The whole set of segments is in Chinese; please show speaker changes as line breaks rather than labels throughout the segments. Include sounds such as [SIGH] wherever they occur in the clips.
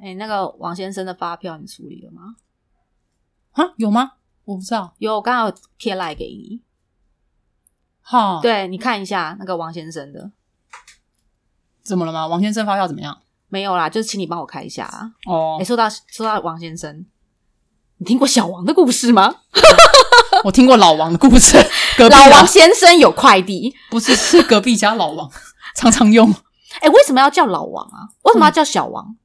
哎、那个王先生的发票你处理了吗？
啊，有吗？我不知道。
有，我刚刚有贴来给你。
哈，，
对，你看一下那个王先生的，
怎么了吗？王先生发票怎么样？
没有啦，就是请你帮我开一下啊。
哦
哎、，说到说到王先生，你听过小王的故事吗？
我听过老王
[LAUGHS]
的故事，隔壁
老
啊
王先生有快递，
不是是隔壁家老王， [LAUGHS] 常常用
哎、为什么要叫老王啊？为什么要叫小王？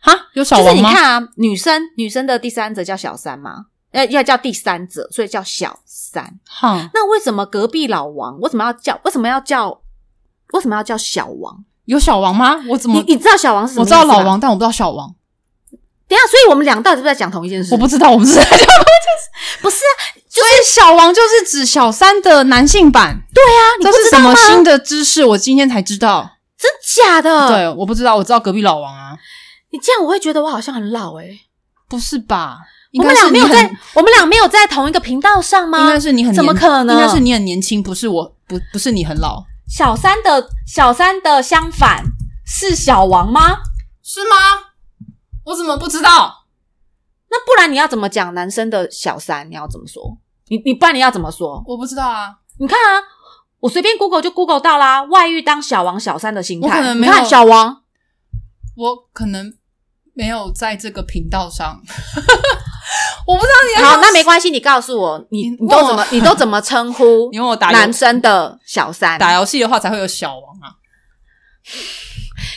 哈，有嗯小
就是
王
你
吗？
看啊，女生女生的第三者叫小三嘛，要要叫第三者，所以叫小三。
哈，
那为什么隔壁老王为什么要叫？为什么要叫？为什么要叫小王？
有小王吗？我怎
你
么
你知道小王是什么
我
意
知
思吗？
道老王，但我不知道小王，
等一下，所以我们俩到底是不是在讲同一件事？
我不知道，我不知道。
嗯不是啊，
所以小王就是指小三的男性版，对啊，
你
这
不
是
知道
什
吗
么新的知识？我今天才知道。
真假的？，
对，我不知道，我知道隔壁老王啊，
你这样我会觉得我好像很老哎、
不是吧？应
我
该
们俩
是
没
你
有
很，
在，我们俩没有在同一个频道上
应
吗
该？是你很
怎么
年
可能
应该是你很年轻，不是我不不是你很老，
小三的小三的相反是小王吗？
是吗？我怎么不知道？
那不然你要怎么讲男生的小三？你要怎么说？你你不然你要怎么说？
我不知道啊，
你看啊，我随便 Google 就 Google 到啦，外遇当小王小三的心态。
我可能没有
你看小王，
我可能没有在这个频道上， [LAUGHS] 我不知道你要
好，那没关系，你告诉我，你
你
你都怎
问
么
我
你都怎么称
[LAUGHS]
呼
因为我打游
男生的小三？
打游戏的话才会有小王啊。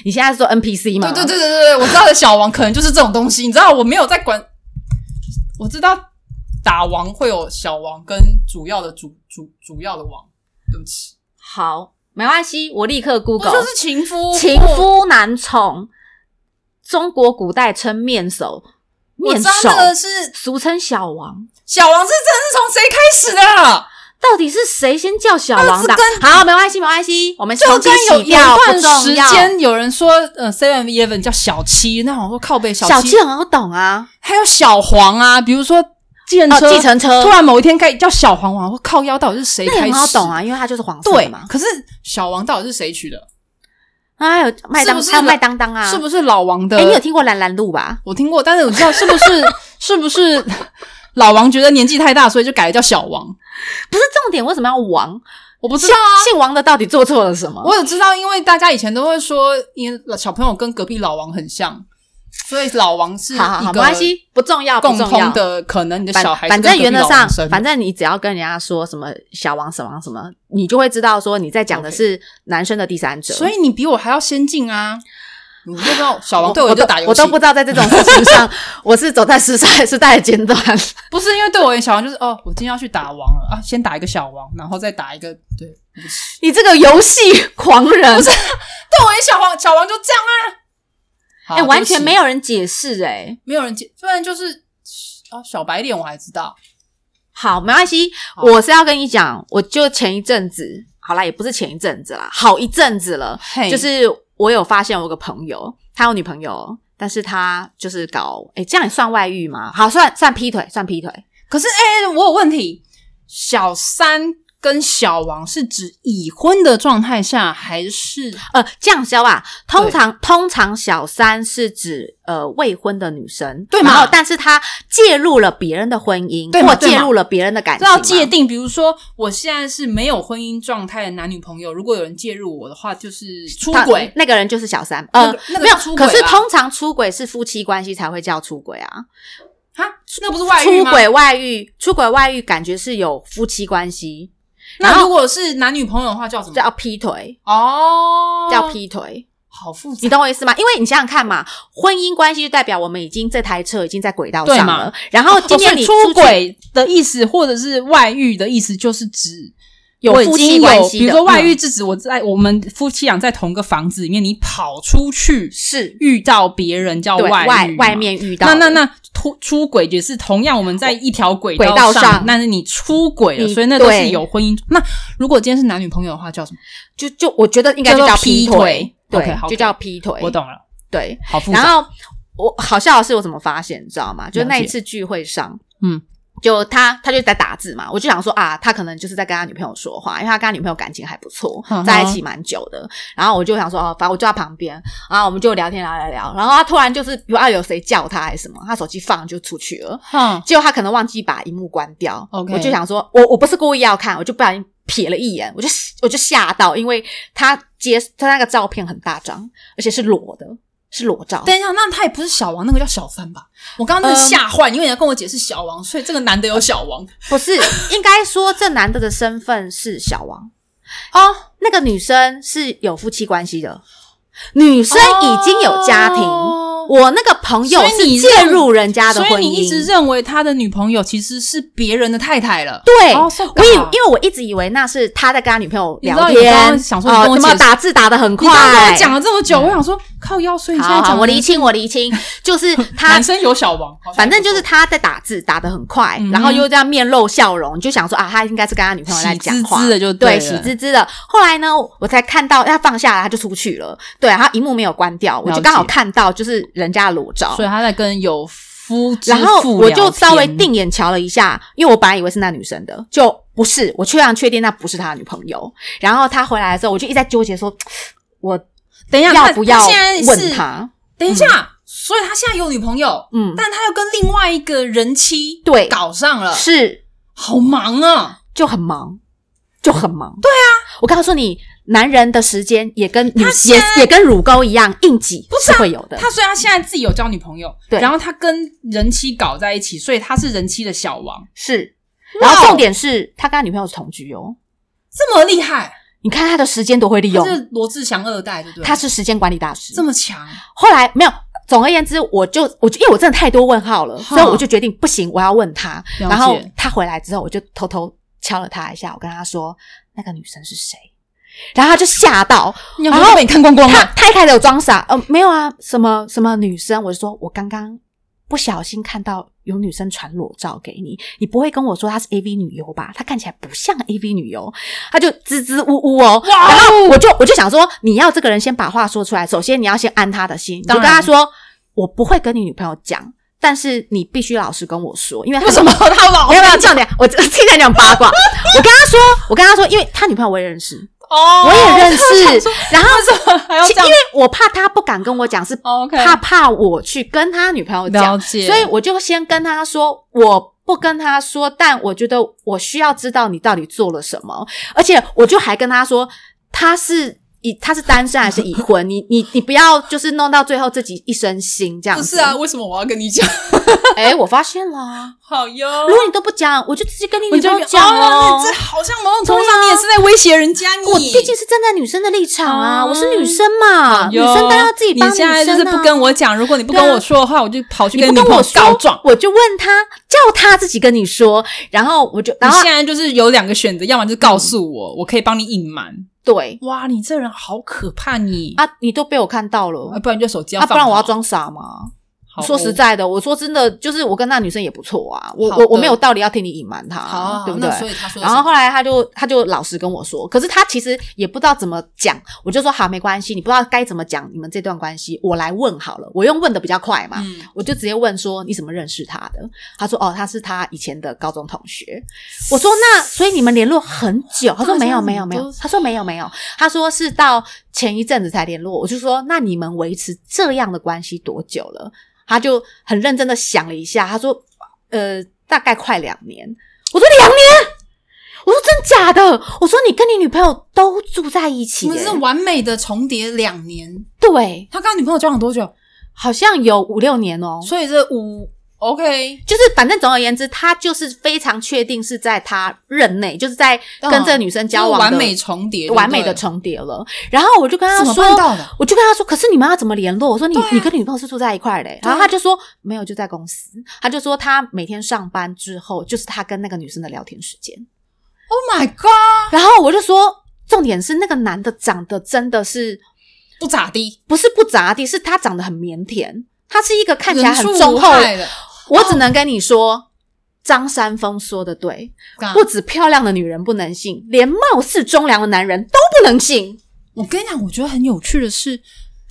你现在是说 NPC 吗？
对对对对对，我知道的小王可能就是这种东西，你知道我没有在管，我知道打王会有小王跟主要的主主主要的王，对不起，
好，没关系，我立刻
我
Google。
就是情夫，
情夫难宠，中国古代称面首，
我
面
知道
首
这个是
俗称小王。
小王是真的是从谁开始的？
到底是谁先叫小王的
那是？
好，没关系，没关系，我们
就
手机
跟有
洗
有一
掉不
段
重
时
要。
间有人说，呃，Seven Eleven 叫小七，那我说靠背
小
七
七，很好懂啊，
还有小黄啊，比如说计程
哦，
车，
计程车
突然某一天开叫小黄王，我说靠腰到底是谁
那也
开始？
很好懂，啊，因为它就是黄色
对
的嘛。
可是小王到底是谁取的？
还有麦当，
是不是
还有麦当当啊，
是不是老王的？
哎，你有听过蓝蓝路吧？
我听过，但是我知道是不是 [LAUGHS] 是不是老王觉得年纪太大，所以就改了叫小王。
不是重点，为什么要王？
我不知
姓
道，啊
姓王的到底做错了什么？
我有知道，因为大家以前都会说，因为小朋友跟隔壁老王很像，所以老王是一
好好好，
个
没关系，不重要，不
共
重要
通。的可能，你的
反
小孩是
反
跟隔
正
壁
原则
老
上
王生，的
反正你只要跟人家说什么小王什么什么，你就会知道说你在讲的是男生的第三者。
所以你比我还要先进啊！你就知道小
我
王对
我
就
都
打游戏，
我都不知道在这种事情
[LAUGHS]
上，我是走在时代时代的尖端。
不是因为对我而言，小王就是哦，我今天要去打王了啊，先打一个小王，然后再打一个对，对不起。
你这个游戏狂人，
哎对我而言，小王小王就这样啊，
哎、
好
完全没。
对不起
有人解释哎、
没有人接，虽然就是哦小白脸我还知道，
好，没关系，
好
我是要跟你讲，我就前一阵子，好啦，也不是前一阵子啦，好一阵子了，
嘿
就是我有发现我有个朋友，他有女朋友，但是他就是搞，哎、这样也算外遇吗？好，算算劈腿，算劈腿。
可是哎、我有问题，小三跟小王是指已婚的状态下，还是
呃，降销啊，通常通常小三是指呃未婚的女生，
对嘛
然后但是她介入了别人的婚姻，
对嘛
或
对
介
嘛
入了别人的感
这
情嘛，
要界定？比如说我现在是没有婚姻状态的男女朋友，如果有人介入我的话，就是出
她
轨。
那个人就是小三，
那
呃
个，那个
没有
是出。轨
可是
吧
通常出轨是夫妻关系才会叫出轨啊，
哈，那不是外遇
出
吗？
轨外遇，出轨外遇感觉是有夫妻关系，然
那
后
如果是男女朋友的话叫什么？
叫劈腿，
哦，
叫劈腿。
好复杂
你。懂我意思吗？因为你想想看嘛，婚姻关系就代表我们已经这台车已经在轨道
对
上
嘛
了。然后今天
哦所以
你
出
去
轨的意思，或者是外遇的意思，就是指
有
我已
夫妻
经有
关系的
比如说外
嗯
遇是指我在我们夫妻俩在同个房子里面，你跑出去
是
遇到别人叫
对
外
外
遇嘛
外。面遇到
那
的，
那那出出轨也是同样，我们在一条轨
轨道上
上，但是你出轨了，
你
所以那都是
对
有婚姻。那如果今天是男女朋友的话，叫什么？
就就我觉得应该就
叫
叫
做
劈
劈
腿
腿，
对
OK，好
就叫劈腿。
我。懂了，
对，
好复
然
杂。
后我好笑的是我怎么发现，你知道吗？就
了
那一
解
次聚会上，
嗯，
就他他就在打字嘛，我就想说啊，他可能就是在跟他女朋友说话，因为他跟他女朋友感情还不错
嗯哼，
在一起蛮久的。然后我就想说，哦，反正我就在旁边，然后我们就聊天聊聊聊。然后他突然就是不知道有谁叫他还是什么，他手机放就出去了，
哼，
结果他可能忘记把荧幕关掉。
OK
我就想说，我我不是故意要看，我就不小心瞥了一眼，我就我就吓到，因为他接他那个照片很大张，而且是裸的，是裸照。
等一下，那他也不是小王，那个叫小三吧？我刚刚那个吓坏，因为你要跟我解释小王，所以这个男的有小王
不是，应该说这男的的身份是小王，
哦，
那个女生是有夫妻关系的，女生已经有家庭。
哦
我那个朋友
所
是
以你
介
认
入人家的
所
婚姻，
以你一直认为他的女朋友其实是别人的太太了？
对，
哦，so
我以
god
因为我一直以为那是他在跟他女朋友
你知
聊
道你
天，
刚刚想说你
哦
跟我
怎么
解释
打字打的很
你
快，
刚刚跟我讲了这么久，我想说靠腰，所以你现在
好好，
讲
我
的
厘清，我厘清，就是他
[LAUGHS] 男，生有小王，好像
反正就是
哦也不
他在打字，打的很快，
嗯哼
然后又这样面露笑容，你就想说啊，他应该是跟他女朋友
错
在
喜
讲
滋
话
滋，的就
对，
了
喜滋滋的。后来呢，我才看到他放下来，他就出去了，对，他荧幕没有关掉，我
了
就
解
刚好看到就是人家的裸照
所，以他在跟有夫之
然后
妇
我就
聊
稍微
天
定眼瞧了一下，因为我本来以为是那女生的，就不是，我非常确定那不是他的女朋友。然后他回来的时候，我就一直在纠结说，我
等一下，
要
他
不要
他现在
问
是
他？
等一下，所以他现在有女朋友，
嗯，
但他又跟另外一个人妻
对
搞上了，
是
好忙啊！
就很忙，就很忙。对啊，我告诉你，男人的时间也跟女
他现
也
在
也跟乳沟一样，硬挤
不是啊
会有的。
他虽然现在自己有交女朋友，
对
然后他跟人妻搞在一起，所以他是人妻的小王，
是，然后
哇
重点是他跟他女朋友是同居哦。
这么厉害，
你看他的时间多会利
他
用，
是罗志祥二代，对不对？
他是时间管理大师。
这么强，
后来没有。总而言之，我就我就因为我真的太多问号了，
哈
所以我就决定不行，我要问他。
了解
然后他回来之后，我就偷偷敲了他一下，我跟他说那个女生是谁，然后他就吓到，
然
然后
后被你看光光
他
了，
他一开始有装傻，呃，没有啊，什么什么女生，我就说我刚刚不小心看到有女生传裸照给你，你不会跟我说她是 A V 女优吧？她看起来不像 A V 女优，她就支支吾吾哦。
哇哦
然后我就我就想说，你要这个人先把话说出来，首先你要先安她的心，你就
当
跟
然
她说，我不会跟你女朋友讲，但是你必须老实跟我说，因为她
[LAUGHS] 为
[LAUGHS]
什么他老
没有没有重点，我听起来讲八卦。我跟她说，我跟她说，因为她女朋友我也认识，
哦，
我也认
我想
识
说，
然后
为什么 [LAUGHS] 还要
其
这
因
样哦
为我怕他不敢跟我讲，是
？OK，
怕怕我去跟他女朋友
了
讲，
解，
所以我就先跟他说，我不跟他说，但我觉得我需要知道你到底做了什么，而且我就还跟他说，他是。已他是单身还
[LAUGHS]
是已婚？你你你不要就是弄到最后自己一身腥这样
不
子。
是啊，，为什么我要跟你讲？
哎、我发现了
[LAUGHS]
啊，
好哟
如。果你都不讲，我就直接跟你
我
女
就
朋友讲
哦
了。
这好像某种程度
对啊
上你也是在威胁人家你。
我毕竟是啊站在女生的立场啊，
哦
我是女生嘛，
哎
女
呦
生当然要自己帮
你
女生
现
啊。
在就是不跟我讲，如果你不跟
对啊
我说的话，我就跑去
你不
跟你
跟
朋
我
友
说
告状。
我就问他，叫他自己跟你说，然后我就，然
你
后
现在就是有两个选择，要么就是告诉我，我可以帮你隐瞒。
对
哇，你这人好可怕你！
啊，你都被我看到
啊，
了，
不然你就手机要
啊，
放好，
不然我要装傻吗？
好。哦
说实在的，我说真的，就是我跟那女生也不错啊，我
好
我
的
我没有道理要替你隐瞒她，
哦，好好，
啊对不
那
对？
所以他说的
然
是，
后后来他就他就老实跟我说，可是他其实也不知道怎么讲，我就说好没关系，你不知道该怎么讲你们这段关系，我来问好了，我用问的比较快嘛，
嗯，
我就直接问说你怎么认识他的？他说哦，他是他以前的高中同学。我说那所以你们联络很久？他说没有没有没有
都，是
他说没有没有，他说是到前一阵子才联络。我就说那你们维持这样的关系多久了？他就很认真的想了一下，他说呃大概快两年。我说两年。我说真假的？我说你跟你女朋友都住在一起
你
耶、
们是完美的重叠两年。
对，
他跟他女朋友交往多久？
好像有五六年哦。
所以这五 OK，
就是反正总而言之，他就是非常确定是在他任内，就是在跟这个女生交往
就是
的
完美重叠，对不对
完美的重叠了。然后我就跟他
怎么
说
办。到的？啊
我就跟他说，可是你们要怎么联络？我说你、你跟女朋友是住在一块的、然后
对啊
他就说没有，就在公司。他就说他每天上班之后，就是他跟那个女生的聊天时间。
Oh my god，
然后我就说，重点是那个男的长得真的是
不咋地，
不是不咋地，是他长得很腼腆，他是一个看起来
人
很
畜
忠
无
厚。
害的，
我只能跟你说，张三丰说的对，
干
不止漂亮的女人不能信，连貌似忠良的男人都不能信。
我跟你讲，我觉得很有趣的是，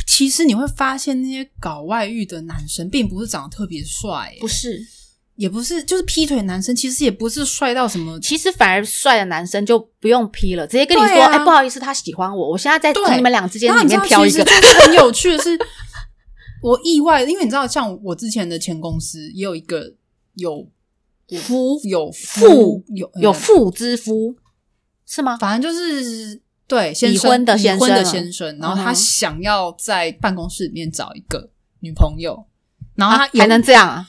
其实你会发现那些搞外遇的男生并不是长得特别帅、欸
是，
也不是，就是劈腿男生其实也不是帅到什么，
其实反而帅的男生就不用劈了，直接跟你
对
说：“
啊
哎、不好意思，他喜欢我，我现在在
对
从你们俩之间
然后
里
你知
面
道
挑一
其实
个。
就是很有趣的是， [LAUGHS] 我意外，因为你知道，像我之前的前公司也有一个有夫有
父
有”
有
呃
妇之夫是吗？
反正就是对先
已
生啊
婚的
已
先
婚的
生
先生，然后他
嗯哼
想要在办公室里面找一个女朋友，然后他
啊
有
还能这样啊？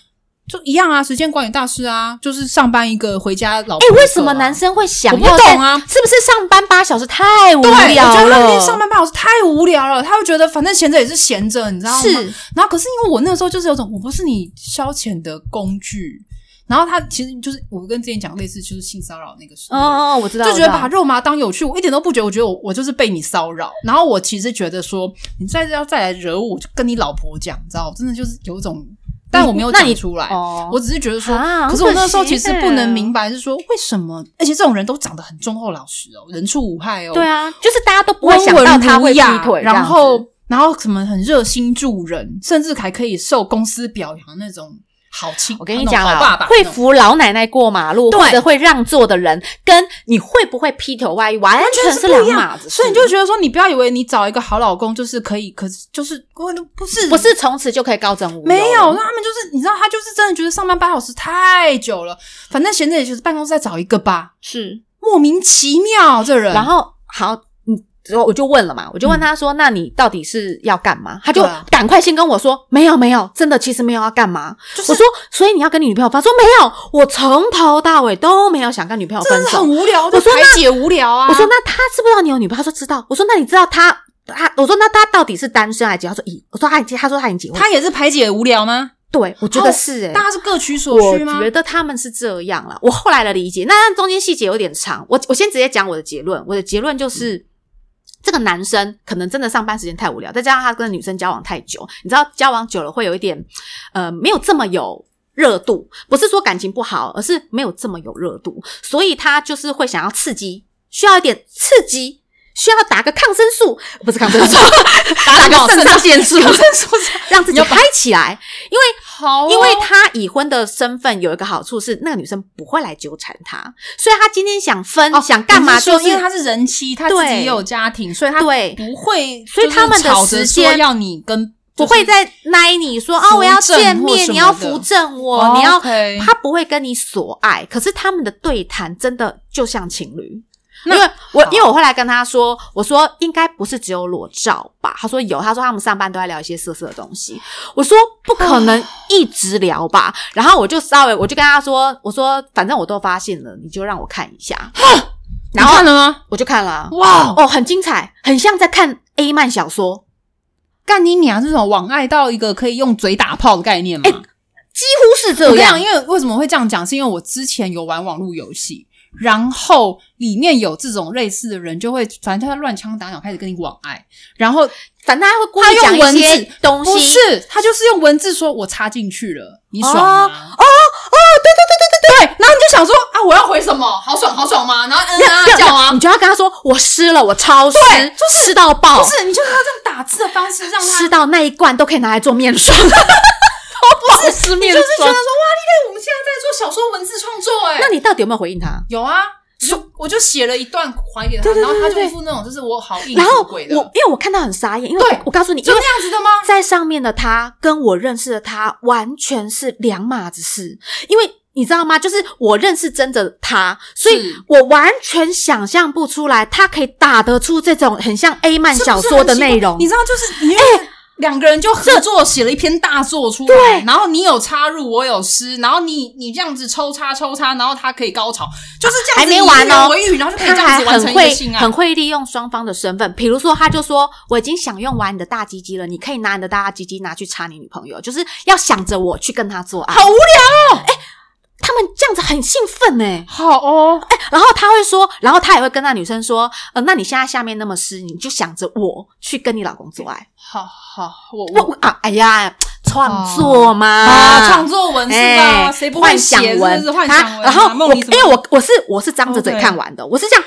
就一样啊，时间管理大师啊，就是上班一个，回家老
哎、
婆一个啊。
为什么男生会想
我
要
不
在
懂啊
是不是上班八小时太无
对，我
聊
觉得他们
了？
天上班半小时太无聊了，他会觉得反正闲着也是闲着，你知道吗？
是
然后可是因为我那个时候就是有种我不是你消遣的工具，然后他其实就是我跟之前讲类似就是性骚扰那个事，
哦哦，我知道，
就觉得
我知道
把肉麻当有趣，我一点都不觉得，我觉得我我就是被你骚扰。然后我其实觉得说你再要再来惹我，我就跟你老婆讲，你知道，真的就是有一种，但我没有
那你
讲出来，
哦，
我只是觉得说，
啊
可是我
很可
那时候其
惜
实
耶
不能明白是说为什么，而且这种人都长得很忠厚老实哦，人畜无害哦，
对啊，就是大家都不会
温
想
文
到他
儒
会劈
雅
腿这样子，
然后然后什么很热心助人，甚至还可以受公司表扬那种好亲，
我跟你
那种
讲
好爸
啦
爸，
会
那种
扶老奶奶过马路
对
或者会让座的人，跟你会不会劈腿外遇完全
就是
两
不一样
码子事。
所以你就觉得说，你不要以为你找一个好老公就是可以，可是就是我不是
不是从此就可以高枕无忧了
没有，那他们就是你知道，他就是真的觉得上班八小时太久了，反正闲着也就是办公室再找一个吧，
是。
莫名其妙这人。
然后好，你我我就问了嘛，我就问他说：“那你到底是要干嘛？”他就
嗯对啊
赶快先跟我说：“没有，没有，真的其实没有要干嘛。
就是
我说：“所以你要跟你女朋友分？”他说：“没有，我从头到尾都没有想跟女朋友分
真的
手
很。无聊，
我说
排
那
解无聊啊。
我说那他知不知道你有女朋友？他说知道。我说那你知道他他？我说那他到底是单身还是结婚？他说已。我说他已经他说他已经结婚。
他也是排解无聊吗？
对，我觉
哦
得是欸诶、
大家是各取所
我
需吗？
觉得他们是这样了。我后来的理解，那那中间细节有点长，我我先直接讲我的结论。我的结论就是。这个男生可能真的上班时间太无聊，再加上他跟女生交往太久，你知道交往久了会有一点，呃，没有这么有热度。不是说感情不好，而是没有这么有热度，所以他就是会想要刺激，需要一点刺激，需要打个抗生素，不是抗 [LAUGHS] 生素，打
什么 [LAUGHS]
个肾上腺素，
抗生素是
[LAUGHS] 让自己嗨起来。
好哦
因为他已婚的身份有一个好处是，那个女生不会来纠缠他，所以他今天想分、
哦
想干嘛
你是
就
说
是
因为他是人妻，他自己
对
也有家庭，所以他
对
不会，
所以
就是
他们的
吵着
时
说
间
要你跟
不会再奈你说
扶
哦，我要
正
见
或什么
面，
的
你要扶正我，
哦
你要
OK
他不会跟你索爱，可是他们的对谈真的就像情侣。因
那
为我
好
因为我后来跟他说，我说应该不是只有裸照吧？他说有，他说他们上班都在聊一些色色的东西。我说不可能一直聊吧，然后我就稍微我就跟他说，我说反正我都发现了，你就让我看一下，
你
然后
看了吗？
我就看了啊，
哇，
哦，很精彩，很像在看 A 漫小说，
干你娘！这种网爱到一个可以用嘴打炮的概
哎
念吗？
几乎是
我
这
跟你
样。
讲，因为为什么会这样讲，是因为我之前有玩网络游戏，然后里面有这种类似的人，就会反正他乱枪打鸟，开始跟你网爱，然后
反正他会故
他
意
用
讲
文
一些
字
东西，
不是他就是用文字说“我插进去了”，你爽吗？哦哦对对对对对对，然后你就想说啊，我要回什么？好爽好爽吗？然后嗯啊叫啊
你，就要跟他说我湿了，我超湿，
对就是
湿到爆，
不是，你就是要这样啊打字的方式让他
湿到那一罐都可以拿来做面
[LAUGHS]
霜，
不是
面
[LAUGHS] 就是觉
霜
得说哇，因为我们现在在做小说文字创作，哎，
那你到底有没有回应他？
有啊，我就我就写了一段还给他，
对对对
然后他就
对对
一副那种就是我好硬
然后我
鬼
因
的，
为我看到很傻眼，因为
对
我我告诉你，
就
因为
那样子的吗？
在上面的他跟我认识的他完全是两码子事，因为你知道吗？就是我认识真的他，所以
是
我完全想象不出来他可以打得出这种很像 A 漫
是不是
小说的
很奇怪
内容
你。知道，就是因为两个人就合作写了一篇大作出来，
对
然后你有插入，我有诗，然后你你这样子抽插抽插，然后他可以高潮，就是这
还
样子
没完哦
以一人为语，然 [LAUGHS] 后就可以
他
这样
还
子完成
很
一个
会
性爱，
很会利用双方的身份，比如说，他就说我已经享用完你的大鸡鸡了，你可以拿你的大鸡鸡拿去插你女朋友，就是要想着我去跟他做爱。哎
好无聊，哦
他们这样子很兴奋哎、
好哦，
然后他会说，然后他也会跟那女生说，呃，那你现在下面那么湿，你就想着我去跟你老公做爱。
好好，我
我
我
我啊，哎呀，创作嘛，
啊，创作文是
哎
吧？谁不会
幻
写
想
是不
文
是？幻
他
想文啊，
然后
梦
我
里什
因为
么
我我是我是张着嘴
OK
看完的，我是这样，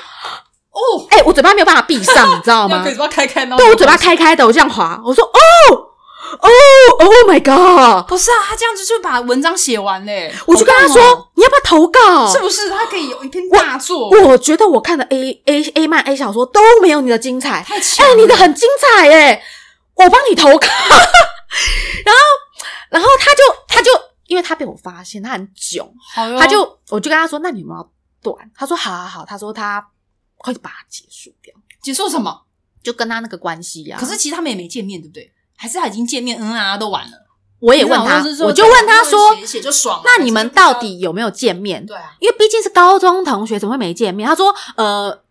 哦， [LAUGHS]
哎，我嘴巴没有办法闭上，你知道
要
吗
嘴？巴开开，然后
对我嘴巴开开的，我这样滑，我说哦， Oh my god！
不是啊，他这样子就把文章写完嘞。
我就跟他
好棒哦
说，你要不要投稿？
是不是他可以有一篇大作？
我觉得我看的 A A A 漫 A 小说都没有你的精彩，
太强哦
哎、
了！
你的很精彩哎、我帮你投稿。 [LAUGHS] 然后，然后他就他就因为他被我发现，他很囧，
好哟，
他就我就跟他说，那你们要断？他说好好好，他说他会把它结束掉，
结束什么？
就跟他那个关系呀、
可是其实他们也没见面，对不对？还是他已经见面，嗯啊，都完了。
我也问他
你老师，说
我就问他说
写一，写就爽了。
那你们到底
还
有没有见面
是就不知道？对啊？
因为毕竟是高中同学，怎么会没见面？他说，呃，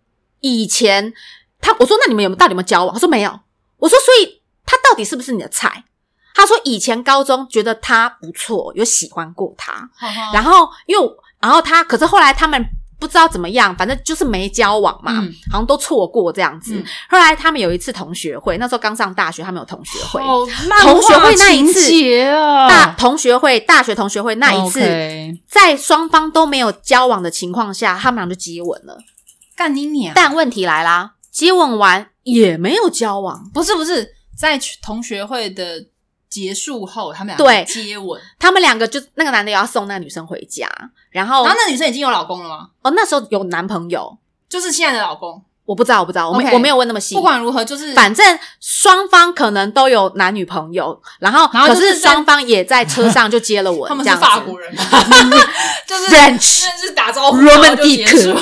以前他我说那你们有没有到底有没有交往？他说没有。我说所以他到底是不是你的菜？他说以前高中觉得他不错，有喜欢过他，
然
然后因为我然后他可是后来他们不知道怎么样，反正就是没交往嘛，
嗯
好像都错过这样子。
嗯
后来他们有一次同学会，那时候刚上大学，他们有同学会。
后
同学会那一次
啊，
大同学会、大学同学会那一次
OK
在双方都没有交往的情况下，他们俩就接吻了。
干你娘！
但问题来啦，接吻完也没有交往，
不是不是，在同学会的结束后，他们俩
对
接吻，
他们两个就那个男的也要送那个女生回家，然后
然后那女生已经有老公了吗？
哦那时候有男朋友，
就是现在的老公。
我不知道，我不知道，我没
OK
我没有问那么细
不。管如何，就是
反正双方可能都有男女朋友，然后
然后就
可
是
是
在
双方也在车上就接了吻，
他们
这
是
样子
法
[LAUGHS]
国人嘛，就是真的
French
是打招呼
Romantic
然后就结束，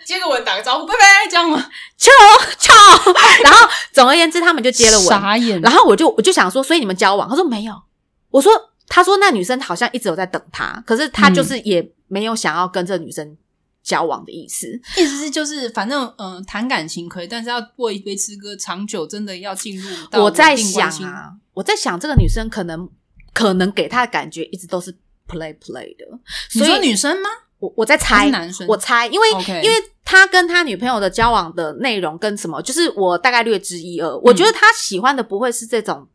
[LAUGHS] 接个吻打个招呼，拜拜，这样吗？
臭臭，然后总而言之他们就接了吻，
眼
然后我就我就想说，所以你们交往？他说没有。我说，他说那女生好像一直有在等他，可是
嗯
他就是也没有想要跟这女生交往的意思。
意思是就是，反正嗯、呃谈感情可以，但是要过一杯吃歌长久，真的要进入到
我在
稳定
想
关系，
啊，我在想这个女生可能可能给他的感觉一直都是 play play 的，
你
所
说
以
女生吗？
我我在
还
猜
是，男生？
我猜，因为
OK
因为他跟他女朋友的交往的内容跟什么，就是我大概略知一二。我
嗯
觉得他喜欢的不会是这种。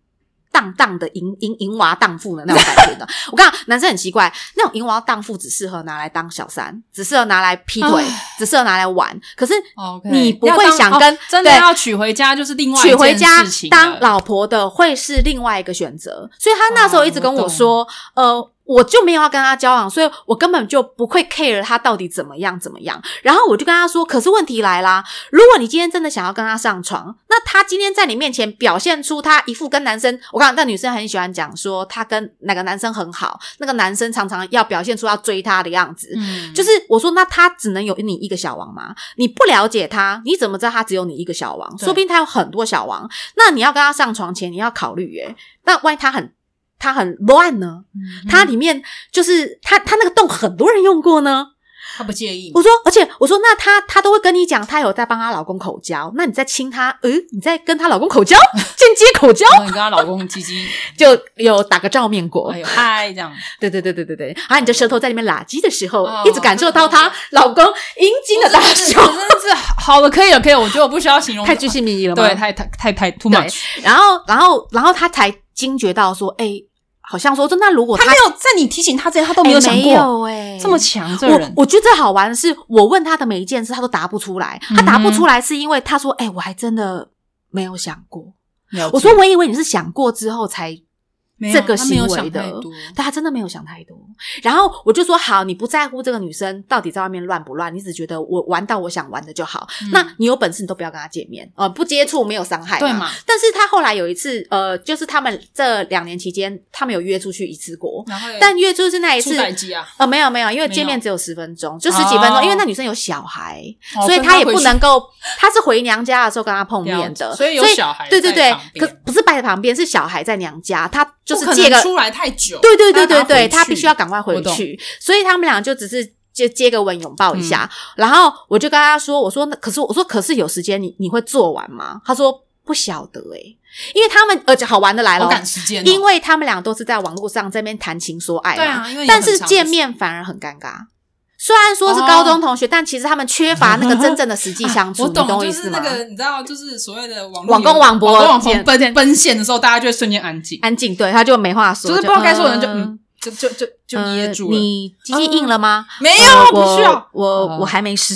荡荡的淫淫淫娃荡妇的那种感觉的，我跟你讲，男生很奇怪，那种淫娃荡妇只适合拿来当小三，只适合拿来劈腿
唉，
只适合拿来玩。可是
啊哦 OK，
你不
要
会
当
想
哦
跟
真的
对
要娶回家就是另外一
娶回
件
家
事情了
当老婆的会是另外一个选择。所以他那时候一直跟我说，呃，我就没有要跟他交往，所以我根本就不会 care 他到底怎么样怎么样。然后我就跟他说，可是问题来啦，如果你今天真的想要跟他上床，那他今天在你面前表现出他一副跟男生，我刚那女生很喜欢讲说他跟哪个男生很好，那个男生常常要表现出要追她的样子，
嗯
呃就是我说，那他只能有你一个小王吗？你不了解他，你怎么知道他只有你一个小王？
对
说不定他有很多小王。那你要跟他上床前，你要考虑耶、那万一他很他很乱呢？
嗯
他里面就是他他那个洞，很多人用过呢。
他不介意吗
我说，而且我说，那他他都会跟你讲，他有在帮她老公口交。那你在亲他，呃，你在跟她老公
[LAUGHS]
口交，间接口交，
然后你跟她老公
[LAUGHS]
鸡鸡，
就有打个照面过
哎。呦嗨这样，
对对对对对对。啊，你的舌头在里面拉鸡的时候
哦，
一直感受到她老公阴茎的大小。
我真的是好了，可以了，可以了，我觉得我不需要形
[LAUGHS]
容，
太具细靡遗了吗？
哦对，太太太太 too
对
much。
然后，然后，然后他才惊觉到说，哎、好像说，真的，如果
他
他
没有在你提醒他之前，他都没有想
哎没
过
有哎、
这么强这个
我
人。
我觉得最好玩的是，我问他的每一件事，他都答不出来。
嗯
他答不出来是因为他说：“哎、我还真的没有想过。”
了解
我说：“我以为你是想过之后才
没有
这个
他没有
行为
想
的
太多。”
但他真的没有想太多。然后我就说：“好，你不在乎这个女生到底在外面乱不乱，你只觉得我玩到我想玩的就好。
嗯
那你有本事你都不要跟他见面，呃，不接触没有伤害，
对嘛？
但是他后来有一次，呃，就是他们这两年期间，他们有约出去一次过，
然后嘞
但约出去那一
出
次，
代机啊，
呃，没有没有，因为
没有
见面只有十分钟，就十几分钟，
哦
因为那女生有小孩，
哦
所以
跟
她也
回
不
去
能够，她是回娘家的时候跟她碰面
了
的，
解所以有小孩
对对
在
对
旁，边
可不是在旁边，是小孩在娘家，她就
不可
是借
能
个
出来太久，
对对对对
他
对，
要
他
回去
必须要赶快
我
回
懂
去，所以他们俩就只是就接个吻拥抱一
嗯
下，然后我就跟他说，我说那可是我说可是有时间你你会做完吗？他说不晓得诶、因为他们而且好玩的来
好
了，
赶时间哦，
因为他们俩都是在网络上这边谈情说爱嘛，
对啊，因为有
但
很
是
长的
见
时
面反而很尴尬。虽然说是高中同学，但其实他们缺乏那个真正的实
[LAUGHS]
际相处，
啊我懂，
你懂我
就
意
是
思
那
吗？
个你知道，就是所谓的网络
网公
游
网哎婆
网公
见
网婆奔奔现的时候，大家就会瞬间安静，
安静，对，他就没话说，
就是不知道该说的人就
嗯
嗯，就就就就
嗯
噎住了。
你鸡鸡硬了吗？
没
呃
有，不需
我
要。
我
哦
我还没湿，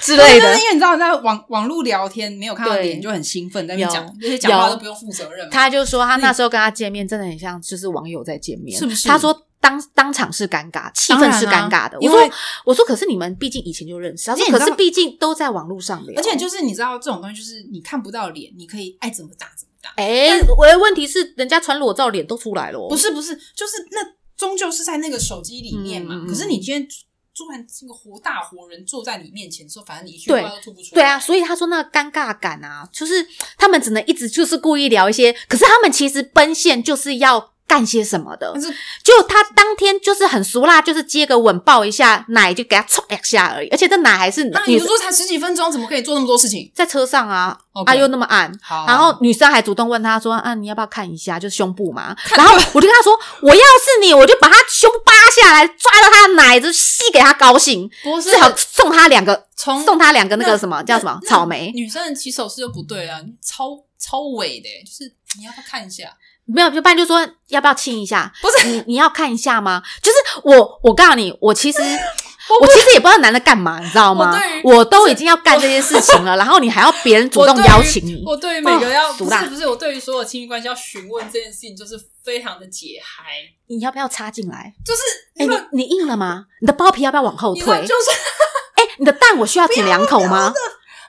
之类
但
的
是。因为你知道，在网网络聊天，没有看到
对
脸就很兴奋，在那边
有
讲那些讲话
有
都不用负责任嘛。
他就说他那时候跟他见面真的很像就是网友在见面，
是不是
他说当当场是尴尬，气
当然
氛
啊
是尴尬的。我
因
说
为
我说可是你们毕竟以前就认识，他说
而且你
可
知道
是毕竟都在网络上聊，
而且就是你知道，这种东西就是你看不到脸，你可以爱怎么打怎么打。
哎，我的问题是人家传裸照脸都出来了哦，
不是不是，就是那终究是在那个手机里面嘛。
嗯嗯嗯
可是你今天突然这个活大活人坐在你面前的时候，反正你一句
对
话都吐不出来。
对啊，，所以他说那个尴尬感啊，就是他们只能一直就是故意聊一些，可是他们其实奔现就是要干些什么的
但。是
就他当天就是很俗辣，就是接个吻抱一下，奶就给他唰两下而已，而且这奶还是
那
女
你就说才十几分钟，怎么可以做那么多事情？
在车上啊，
OK 哦
啊又那么暗，
好
然后女生还主动问他说：“啊，你要不要看一下？就是胸部嘛。”
看
然后我就跟他说：“我要是你，我就把他胸扒下来，抓到他的奶子，吸给他高兴，
不
最好送他两个，
从
送他两个那个什么
那
叫什么
那
草莓。
女生的起手式就不对啊，超超伪的欸、就是你要不要看一下？
没有，就不然就说要不要亲一下？
不是
你你要看一下吗？就是我，我告诉你，我
[LAUGHS]
其实。我其实也不知道男的干嘛，你知道吗
我对于？
我都已经要干这些事情了，然后你还要别人主
我
动
对于
邀请你，
我对于每个
嗯
要、
哦
不
毒辣
是不是，我对于所有亲密关系要询问这件事情，就是非常的解嗨，
你要不要插进来？
就是
哎、
你
你你硬了吗？你的包皮要不要往后
你知道
退？
就是
哎、你的蛋我需要舔两口吗？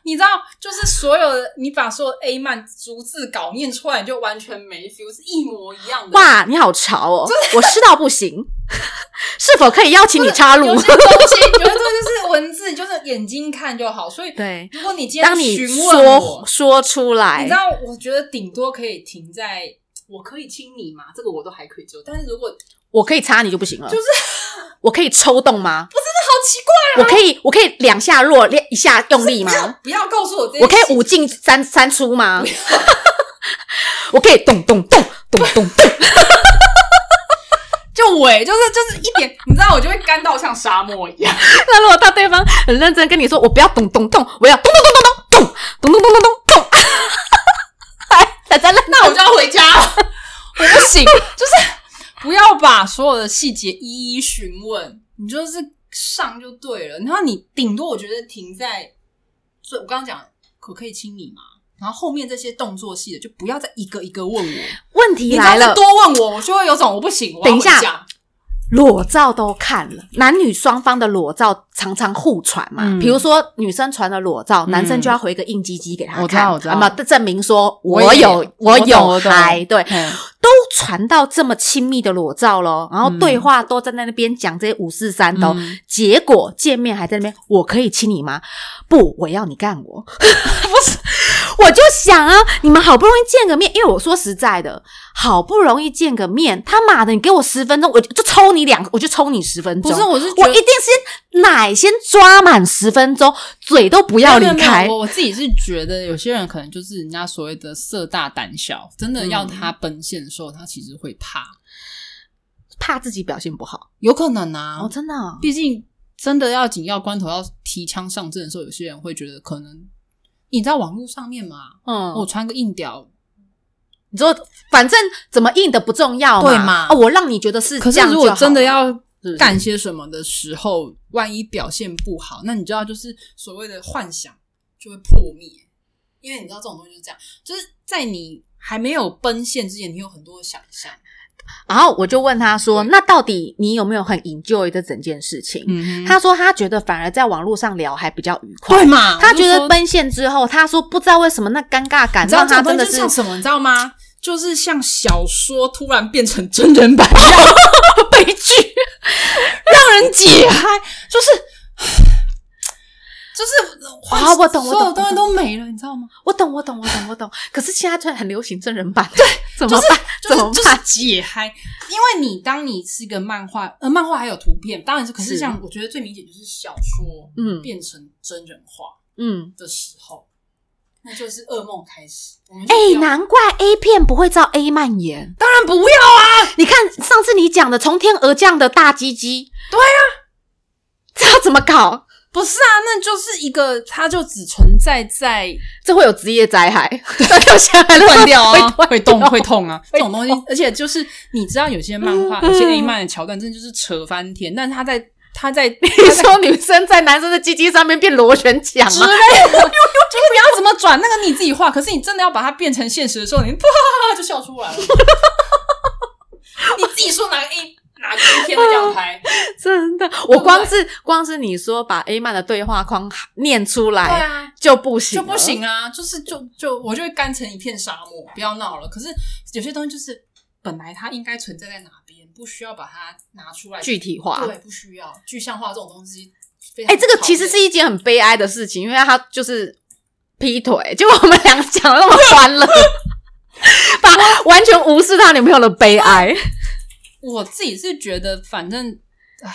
你知道，就是所有的你把所有 A 漫逐字稿念出来，你就完全没 feel，是一模一样的。
哇，你好潮哦！我吃到不行， [LAUGHS] 是否可以邀请你插入
有？些东西，有些东西就是文字，就是眼睛看就好。所以，
对，
如果你今天
当你
询问我
说，说出来，
你知道，我觉得顶多可以停在我可以亲你吗？这个我都还可以做。但是如果好
我可以插你就不行了，
就是
我可以抽动吗？
奇怪，
我可以我可以两下落，两一下用力吗？
不要告诉啊我这些
我可以五进三三出
[LAUGHS]
吗？我可以咚咚咚咚咚咚，
就尾，就是就是一点，你知道，我就会干到像沙漠一样。
那如果到对方很认真跟你说，我不要咚咚咚，我要咚咚咚咚咚咚咚咚咚咚咚咚，
[LAUGHS]
还在那
哎那我就要回家了， [LAUGHS] 我不行，就是不要把所有的细节一一询问，你就是上就对了。然后你顶多我觉得停在，所以我刚刚讲可可以亲你吗？然后后面这些动作戏的就不要再一个一个问我，
问题
你
来
只
了
要是，多问我，我就会有种我不行，我要
等一下
回家
裸照都看了，男女双方的裸照常常互传嘛。
嗯
比如说女生传了裸照，
嗯
男生就要回个硬鸡鸡给他看，
我知道我知道
那么证明说
我
我
也
有
我懂
有
我懂
还对，
嗯
都传到这么亲密的裸照咯，然后
嗯
对话都站在那边讲这些五四三都，
嗯
结果见面还在那边，我可以亲你吗？不，我要你干我。我就想啊，你们好不容易见个面，因为我说实在的，好不容易见个面，他妈的，你给我十分钟，我就就抽你两，我就抽你十分
不
钟。
是，，我是觉
我
得
一定先奶先抓满十分钟，嘴都不要离
没有没有
开
没有。我我自己是觉得有些人可能就是人家所谓的色大胆小，真的
嗯
要他奔现的时候，他其实会怕，
怕自己表现不好。
有可能啊。
哦，真的哦、
毕竟真的要紧要关头要提枪上阵的时候，有些人会觉得可能你在网络上面嘛，
嗯，
我穿个硬屌，
你说反正怎么硬的不重要嘛，
对嘛
哦，我让你觉得是
可
这
是
样就
如
好
果真的
了
要
是
干些什么的时候，万一表现不好，那你知道就是所谓的幻想就会破灭，因为你知道这种东西就是这样，就是在你还没有奔现之前，你有很多的想象。
然后我就问他说：“
对
那到底你有没有很 enjoy 这整件事情？”
嗯
他说他觉得反而在网络上聊还比较愉快。
[LAUGHS] 对嘛？
他觉
我
得
就说
奔现之后，他说不知道为什么那尴尬感
你知道
让
这
他
种
真
东
的
西就是像什么，你知道吗？就是像小说突然变成真人版
[LAUGHS]
悲剧，让人解嗨，就是。哦就是
啊我懂我懂
所有东西都没了，你知道吗？
我懂，我懂，我懂，我懂。可是现在真的很流行真人版，对，怎么办？
就
怎
是
么
就是
办？
解嗨，因为你当你是一个漫画，呃，漫画还有图片，当然是，可是
是
像我觉得最明显就是小说
嗯
变成真人化
嗯，
的时候，那就是噩梦开始。我们就
哎、
不要
难怪 A 片不会照 A 蔓延。
当然不要
你看上次你讲的从天而降的大鸡鸡，对啊，这要怎么搞？
不是啊，那就是一个，它就只存在 [LAUGHS] 在
这会有职业灾害， [LAUGHS] 断掉下来
断掉啊，
会
会
动
动 [LAUGHS] 会痛啊，这 [LAUGHS] 种东西，而且就是你知道有些漫画、有些 A 漫的桥段，真的就是扯翻天，但是它在他在
[LAUGHS] 你说女生在男生的鸡鸡上面变螺旋桨
之类
吗？[LAUGHS]
的，就是你要怎么转那个你自己画，可是你真的要把它变成现实的时候，你啪就笑出来了。
[LAUGHS]
你自己说哪个 A 哪个 A 片的
[LAUGHS]
样拍？
真的，我光是光是你说把 A 曼的对话框念出
对
来
啊，
就不行，
就不。行啊，就是就就我就会干成一片沙漠，不要闹了。可是有些东西就是本来它应该存在在哪边，不需要把它拿出来
具体化，
对，不需要具象化这种东西。
哎、这个其实是一件很悲哀的事情，因为他就是劈腿，结果我们俩讲的那么欢
[LAUGHS]
乐，把完全无视他女朋友的悲哀。
我自己是觉得，反正
哦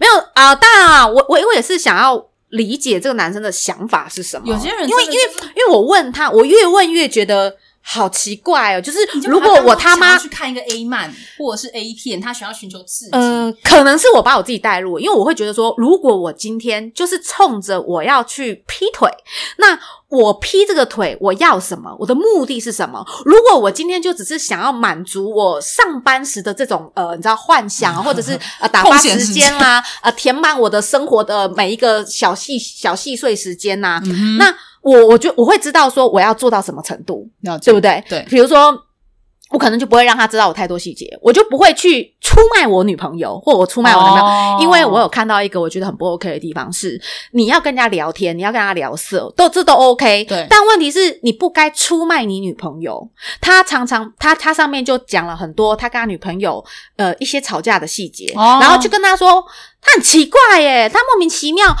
没有啊、当然啊，我我我也是想要理解这个男生的想法是什么。
有些人
因为
真
因
的
为
就是
因为我问他，我越问越觉得好奇怪哦，就是
你就把
如果
当作
我他
想要
妈
去看一个 A 漫或者是 A 片，他想要寻求刺激，
嗯，可能是我把我自己带入，因为我会觉得说，如果我今天就是冲着我要去劈腿，那我劈这个腿我要什么？我的目的是什么？如果我今天就只是想要满足我上班时的这种呃，你知道幻想啊，或者是
[LAUGHS]
呃打发
空闲
时
嗯时
间啦、呃填满我的生活的每一个小细小细碎时间呐、
嗯哼
那我我就我会知道说我要做到什么程度。
了解
对不对？
对
比如说，我可能就不会让他知道我太多细节，我就不会去出卖我女朋友，或我出卖我男朋友。
哦
因为我有看到一个我觉得很不 OK 的地方是，你要跟人家聊天，你要跟他聊色，都这都 OK。
对
但问题是你不该出卖你女朋友。他常常他他上面就讲了很多他跟他女朋友呃一些吵架的细节，
哦
然后就跟他说他很奇怪耶，他莫名其妙，不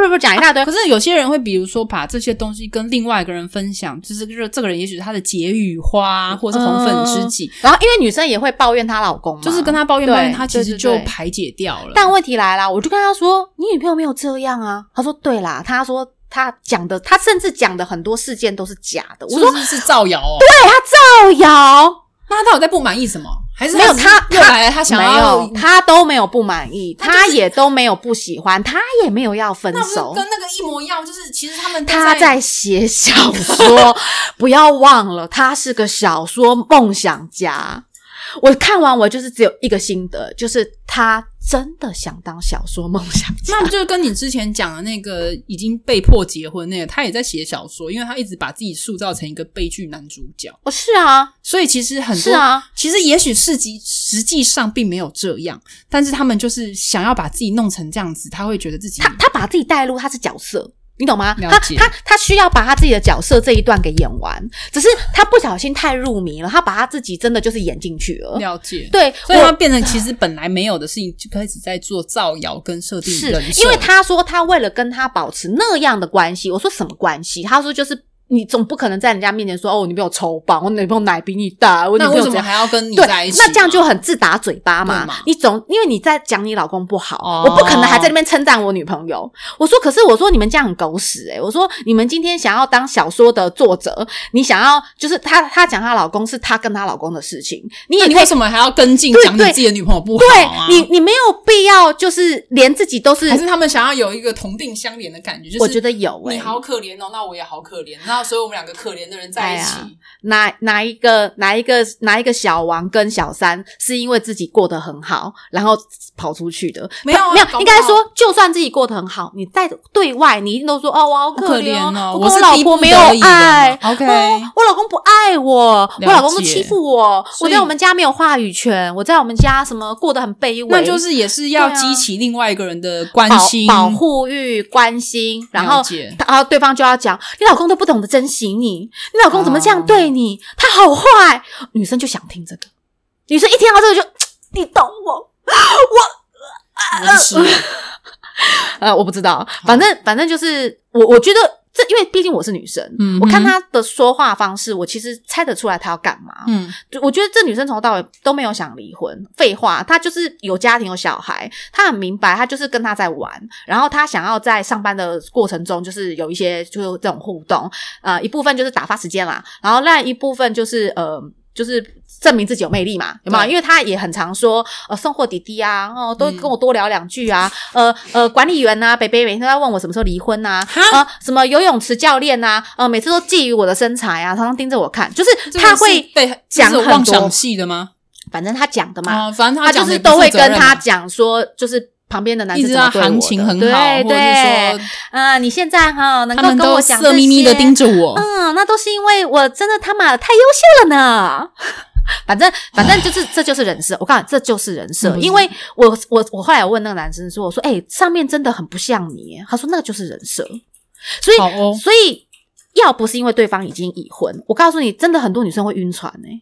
不不不讲一大堆。
可是有些人会，比如说把这些东西跟另外一个人分享，就是这这个人也许是他的解语花，或者是红粉知己，
然后因为女生也会抱怨她老公嘛，
就是跟他抱怨
对
抱怨，他其
对
实
对
就
对
排解掉了。
但问题来了，我就跟他说：“你女朋友没有这样啊。”他说：“对啦。”他说：“他讲的，他甚至讲的很多事件都是假的。”我
是
说
不是是造谣哦？：“
造谣，
那他到底在不满意什么？还是
没有
只
他
是又来了，他想
没
要
有，他都没有不满意，
他就是
他也都没有不喜欢，他也没有要分
那不是
手。”
跟那个一模一样？就是其实他们都
他在写小说， [LAUGHS] 不要忘了，他是个小说梦想家。我看完，我就是只有一个心得，就是他真的想当小说梦想
[LAUGHS]
家。
那就跟你之前讲的那个已经被迫结婚那个，他也在写小说，因为他一直把自己塑造成一个悲剧男主角，
哦，是啊，
所以其实很多
是啊，
其实也许事际实际上并没有这样，但是他们就是想要把自己弄成这样子，他会觉得自己
他他把自己带入，他是角色，你懂吗？
了
他
解
他他需要把他自己的角色这一段给演完，只是他不小心太入迷了，他把他自己真的就是演进去了。
了解，
对，
所以
我
他变成其实本来没有的事情，就开始在做造谣跟设定
是
人设，
因为他说他为了跟他保持那样的关系，我说什么关系？他说就是你总不可能在人家面前说哦，我女朋友抽棒，我女朋友奶比你大，我女
那
朋
为
友怎
什么
样。
还要跟你
对，
在一起嘛？啊
那这样就很自打嘴巴嘛。
对嘛
你总因为你在讲你老公不好，
哦
我不可能还在那边称赞我女朋友。我说，可是我说你们这样很狗屎诶、我说你们今天想要当小说的作者，你想要就是她她讲她老公是她跟她老公的事情，你
那
也
你
可
为
以。
什么还要跟进
对
讲你
对
自己的女朋友不好啊？
对你，你没有必要，就是连自己都是，
还是他们想要有一个同病相怜的感觉，就是
我觉得有、欸。
你好可怜哦，那我也好可怜，那所以我们两个可怜的人在一
哎
起，
呀哪哪一个哪一个哪一个小王跟小三是因为自己过得很好，然后跑出去的？
没有啊
没
搞不
有，
好
应该说，就算自己过得很好，你在对外，你一定都说哦，我好
好可
怜
怜
哦，
哦，
跟我
是
老
逼
婆
不
没
得
有
已的嘛
爱。
OK，
哦，我老公不爱我，
解
我老公都欺负我，
所
我
以
在我们家没有话语权，我在我们家什么过得很卑微，
那就是也是要
对啊
激起另外一个人的关
保
心
啊保护欲、关心，然
了
后
解
他然后对方就要讲，你老公都不懂得珍惜你，你老公怎么这样
哦
对你？他好坏，女生就想听这个，女生一听到这个就，你懂我。
我是失恋
[LAUGHS] 呃，我不知道，反正反正就是我，我觉得这，因为毕竟我是女生，
嗯哼
我看她的说话方式，我其实猜得出来她要干嘛。
嗯，
就我觉得这女生从头到尾都没有想离婚，废话，她就是有家庭有小孩，她很明白，她就是跟他在玩，然后她想要在上班的过程中，就是有一些就是这种互动，呃，一部分就是打发时间啦，然后另一部分就是呃。就是证明自己有魅力嘛，有没有？
对
因为她也很常说，呃，送货弟弟啊，哦，都
嗯
跟我多聊两句啊，呃呃，管理员呐、啊，北北每天都在问我什么时候离婚呐、
哈
啊，呃，什么游泳池教练呐、啊，呃，每次都觊觎我的身材啊，常常盯着我看，就是
这
她
个是
会
被
讲
这是有
很
妄
多
想系的吗？
反正他讲的嘛，
啊，反正
他
讲
就
的
是
也不
都会
负责
跟
任
他
嘛
讲说，就是旁边的男
一
生
直
怎么
要
对我
行
的
情很好，
对
或者
对
是，
啊、你现在哈能
说他
够
们
跟
都
我讲
色眯眯的盯
着，
着我，
嗯，那都是因为我真的他妈的太优秀了呢。 [LAUGHS] 反正反正就是这就是人设，我告诉你，这就是人设。
嗯
因为我我我后来有问那个男生说，我说哎、上面真的很不像你耶，他说那个就是人设，所以
好哦，
所以要不是因为对方已经已婚，我告诉你，真的很多女生会晕船哎、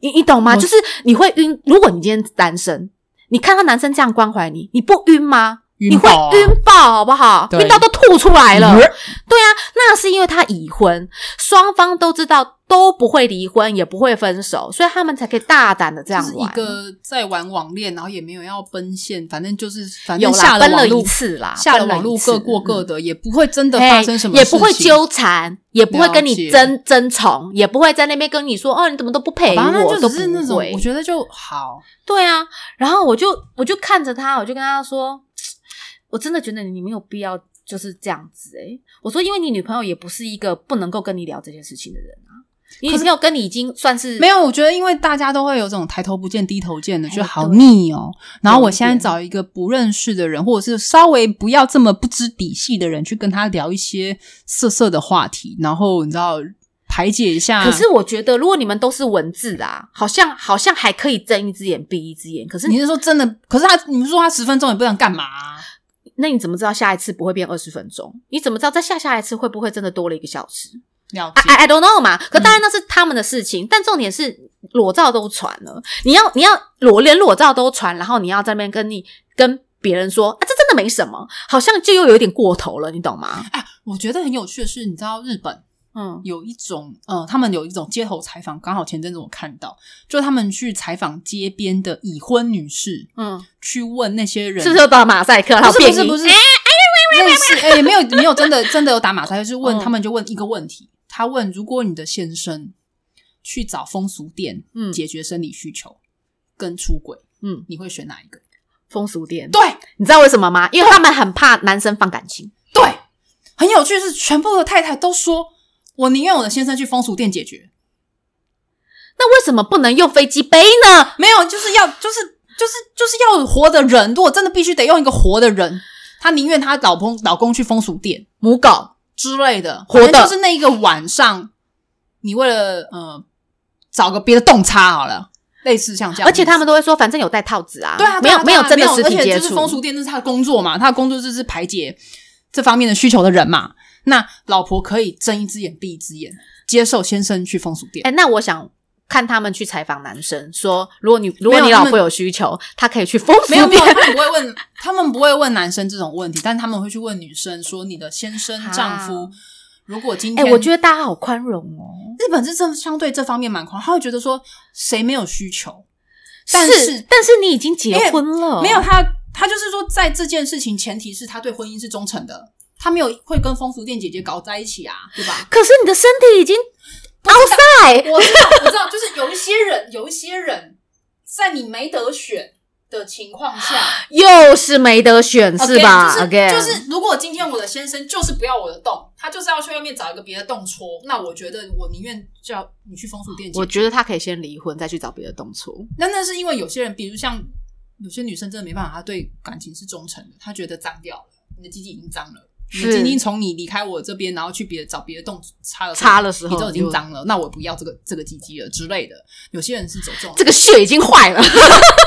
你你懂吗？
我
就是你会晕，如果你今天单身，你看到男生这样关怀你，你不晕吗？你
晕
会
爆啊
晕爆好不好？
对
晕到都吐出来了。对啊，那是因为他已婚，双方都知道都不会离婚，也不会分手，所以他们才可以大胆的这
就
样
是一
玩。
个在玩网恋，然后也没有要奔现，反正就是反
有
正
啦，
下
分
网
了
路
一次啦，
下了
分
网
啊一
路
次
各过各
嗯
的，也不会真的
嘿
发生什么事
也
情，
不会纠缠，也不会跟
了解
你争争宠，也不会在那边跟你说哦，你怎么都不陪
好吧，那
我，
就
都
只是那
不
种，
会
我。觉得就好，
对啊，然后我就我就看着他，我就跟他说，我真的觉得你没有必要就是这样子诶、我说因为你女朋友也不是一个不能够跟你聊这些事情的人啊，你女朋友跟你已经算是
没有，我觉得因为大家都会有这种抬头不见低头见的，
哎
觉得好
对
腻哦。然后
有
我
一
现在
点
找一个不认识的人，或者是稍微不要这么不知底细的人，去跟他聊一些色色的话题，然后你知道排解一下。
可是我觉得，如果你们都是文字啊，好像好像还可以睁一只眼闭一只眼。可是
你是说真的？可是他，你们说他十分钟也不想干嘛啊、
那你怎么知道下一次不会变二十分钟？你怎么知道再下下一次会不会真的多了一个小时
了解
？I I I don't know 嘛。可
嗯
当然那是他们的事情，但重点是裸照都传了，你要你要裸连裸照都传，然后你要在那边跟你跟别人说啊，这真的没什么，好像就又有点过头了，你懂吗？
啊？我觉得很有趣的是，你知道日本
嗯，
有一种呃，他们有一种街头采访，刚好前阵子我看到，就他们去采访街边的已婚女士，
嗯，
去问那些人
是不是又到马赛克？然后
不是
变哎
不是
音
不是，类似哎、没有没有真的 [LAUGHS] 真的有打马赛克，就是问、
嗯
他们就问一个问题，他问如果你的先生去找风俗店
嗯
解决生理需求、跟出轨，
嗯，
你会选哪一个？
风俗店，
对
你知道为什么吗？因为他们很怕男生放感情。
对，很有趣是全部的太太都说，我宁愿我的先生去风俗店解决，
那为什么不能用飞机杯呢？
没有就是要就是就是就是要有活的人，如果真的必须得用一个活的人，他宁愿他老公老公去风俗店。
母狗，
之类的，
活的
反正就是那一个晚上，你为了呃找个别的洞插好了，类似像这样，
而且他们都会说，反正有戴套子啊，
对啊，
没
对啊
有
对啊
有真的
没有
实体
而且
接
就是
触，
风俗店这是他的工作嘛，他的工作就是排解这方面的需求的人嘛。那老婆可以睁一只眼闭一只眼，接受先生去风俗店。
哎、那我想看他们去采访男生，说如果你如果
没有
你
他
老
们
婆有需求，他可以去风俗
[LAUGHS] 没
[LAUGHS]
有
店。
没有，他们不会问，他们不会问男生这种问题，但他们会去问女生说：“你的先生、
啊
丈夫，如果今
哎、
天……”
我觉得大家好宽容哦。
日本是这相对这方面蛮宽，他会觉得说谁没有需求，但
是哦但是你已经结
因为
婚了，？
没有他，他就是说，在这件事情前提是他对婚姻是忠诚的，他没有会跟风俗店姐姐搞在一起啊，对吧 [LAUGHS]
可是你的身体已经 outside，
我知道，我知道，就是有一些人，有一些人在你没得选的情
[LAUGHS]
况下，
又是没得选是吧
Again，
？Again，
就是就是，如果今天我的先生就是不要我的洞，他就是要去外面找一个别的洞戳，那我觉得我宁愿叫你去风俗店姐
[LAUGHS] 我
姐。
觉得他可以先离婚，再去找别的动处。
那那是因为有些人，比如像有些女生真的没办法，她对感情是忠诚的，她觉得脏掉了，你的鸡鸡已经脏了，你的
是
鸡鸡从你离开我这边，然后去别的找别的洞插了
插的时候
你都已经脏了，那我不要这个这个鸡鸡了之类的。有些人是走这种，
这个血已经坏了，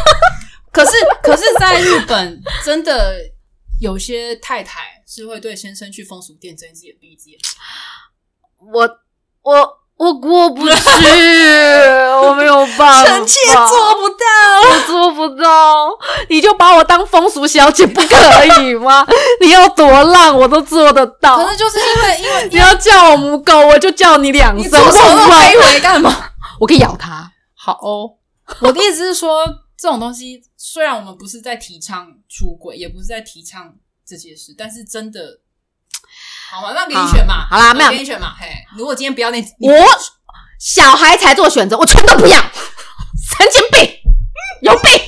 [LAUGHS] 可是可是在日本真的有些太太是会对先生去风俗店睁一只眼闭一只眼，
我我我过不 [LAUGHS] 去，我没有办法，
不到。
我做不到，你就把我当风俗小姐不可以吗？ [LAUGHS] 你要多浪我都做得
可
到，
是就是因为因为
你要叫我母狗，我就叫你两
[LAUGHS] 你
声，
左手那么
我
飞回干嘛？
我可以咬它。
[LAUGHS] 好哦， [LAUGHS] 我的意思是说，这种东西虽然我们不是在提倡出轨，也不是在提倡这些事，但是真的，好嘛，那给你选嘛，
好好啦
那
没有
给你选嘛，嘿，如果今天不要那，你
我小孩才做选择，我全都不要，神经病，有病。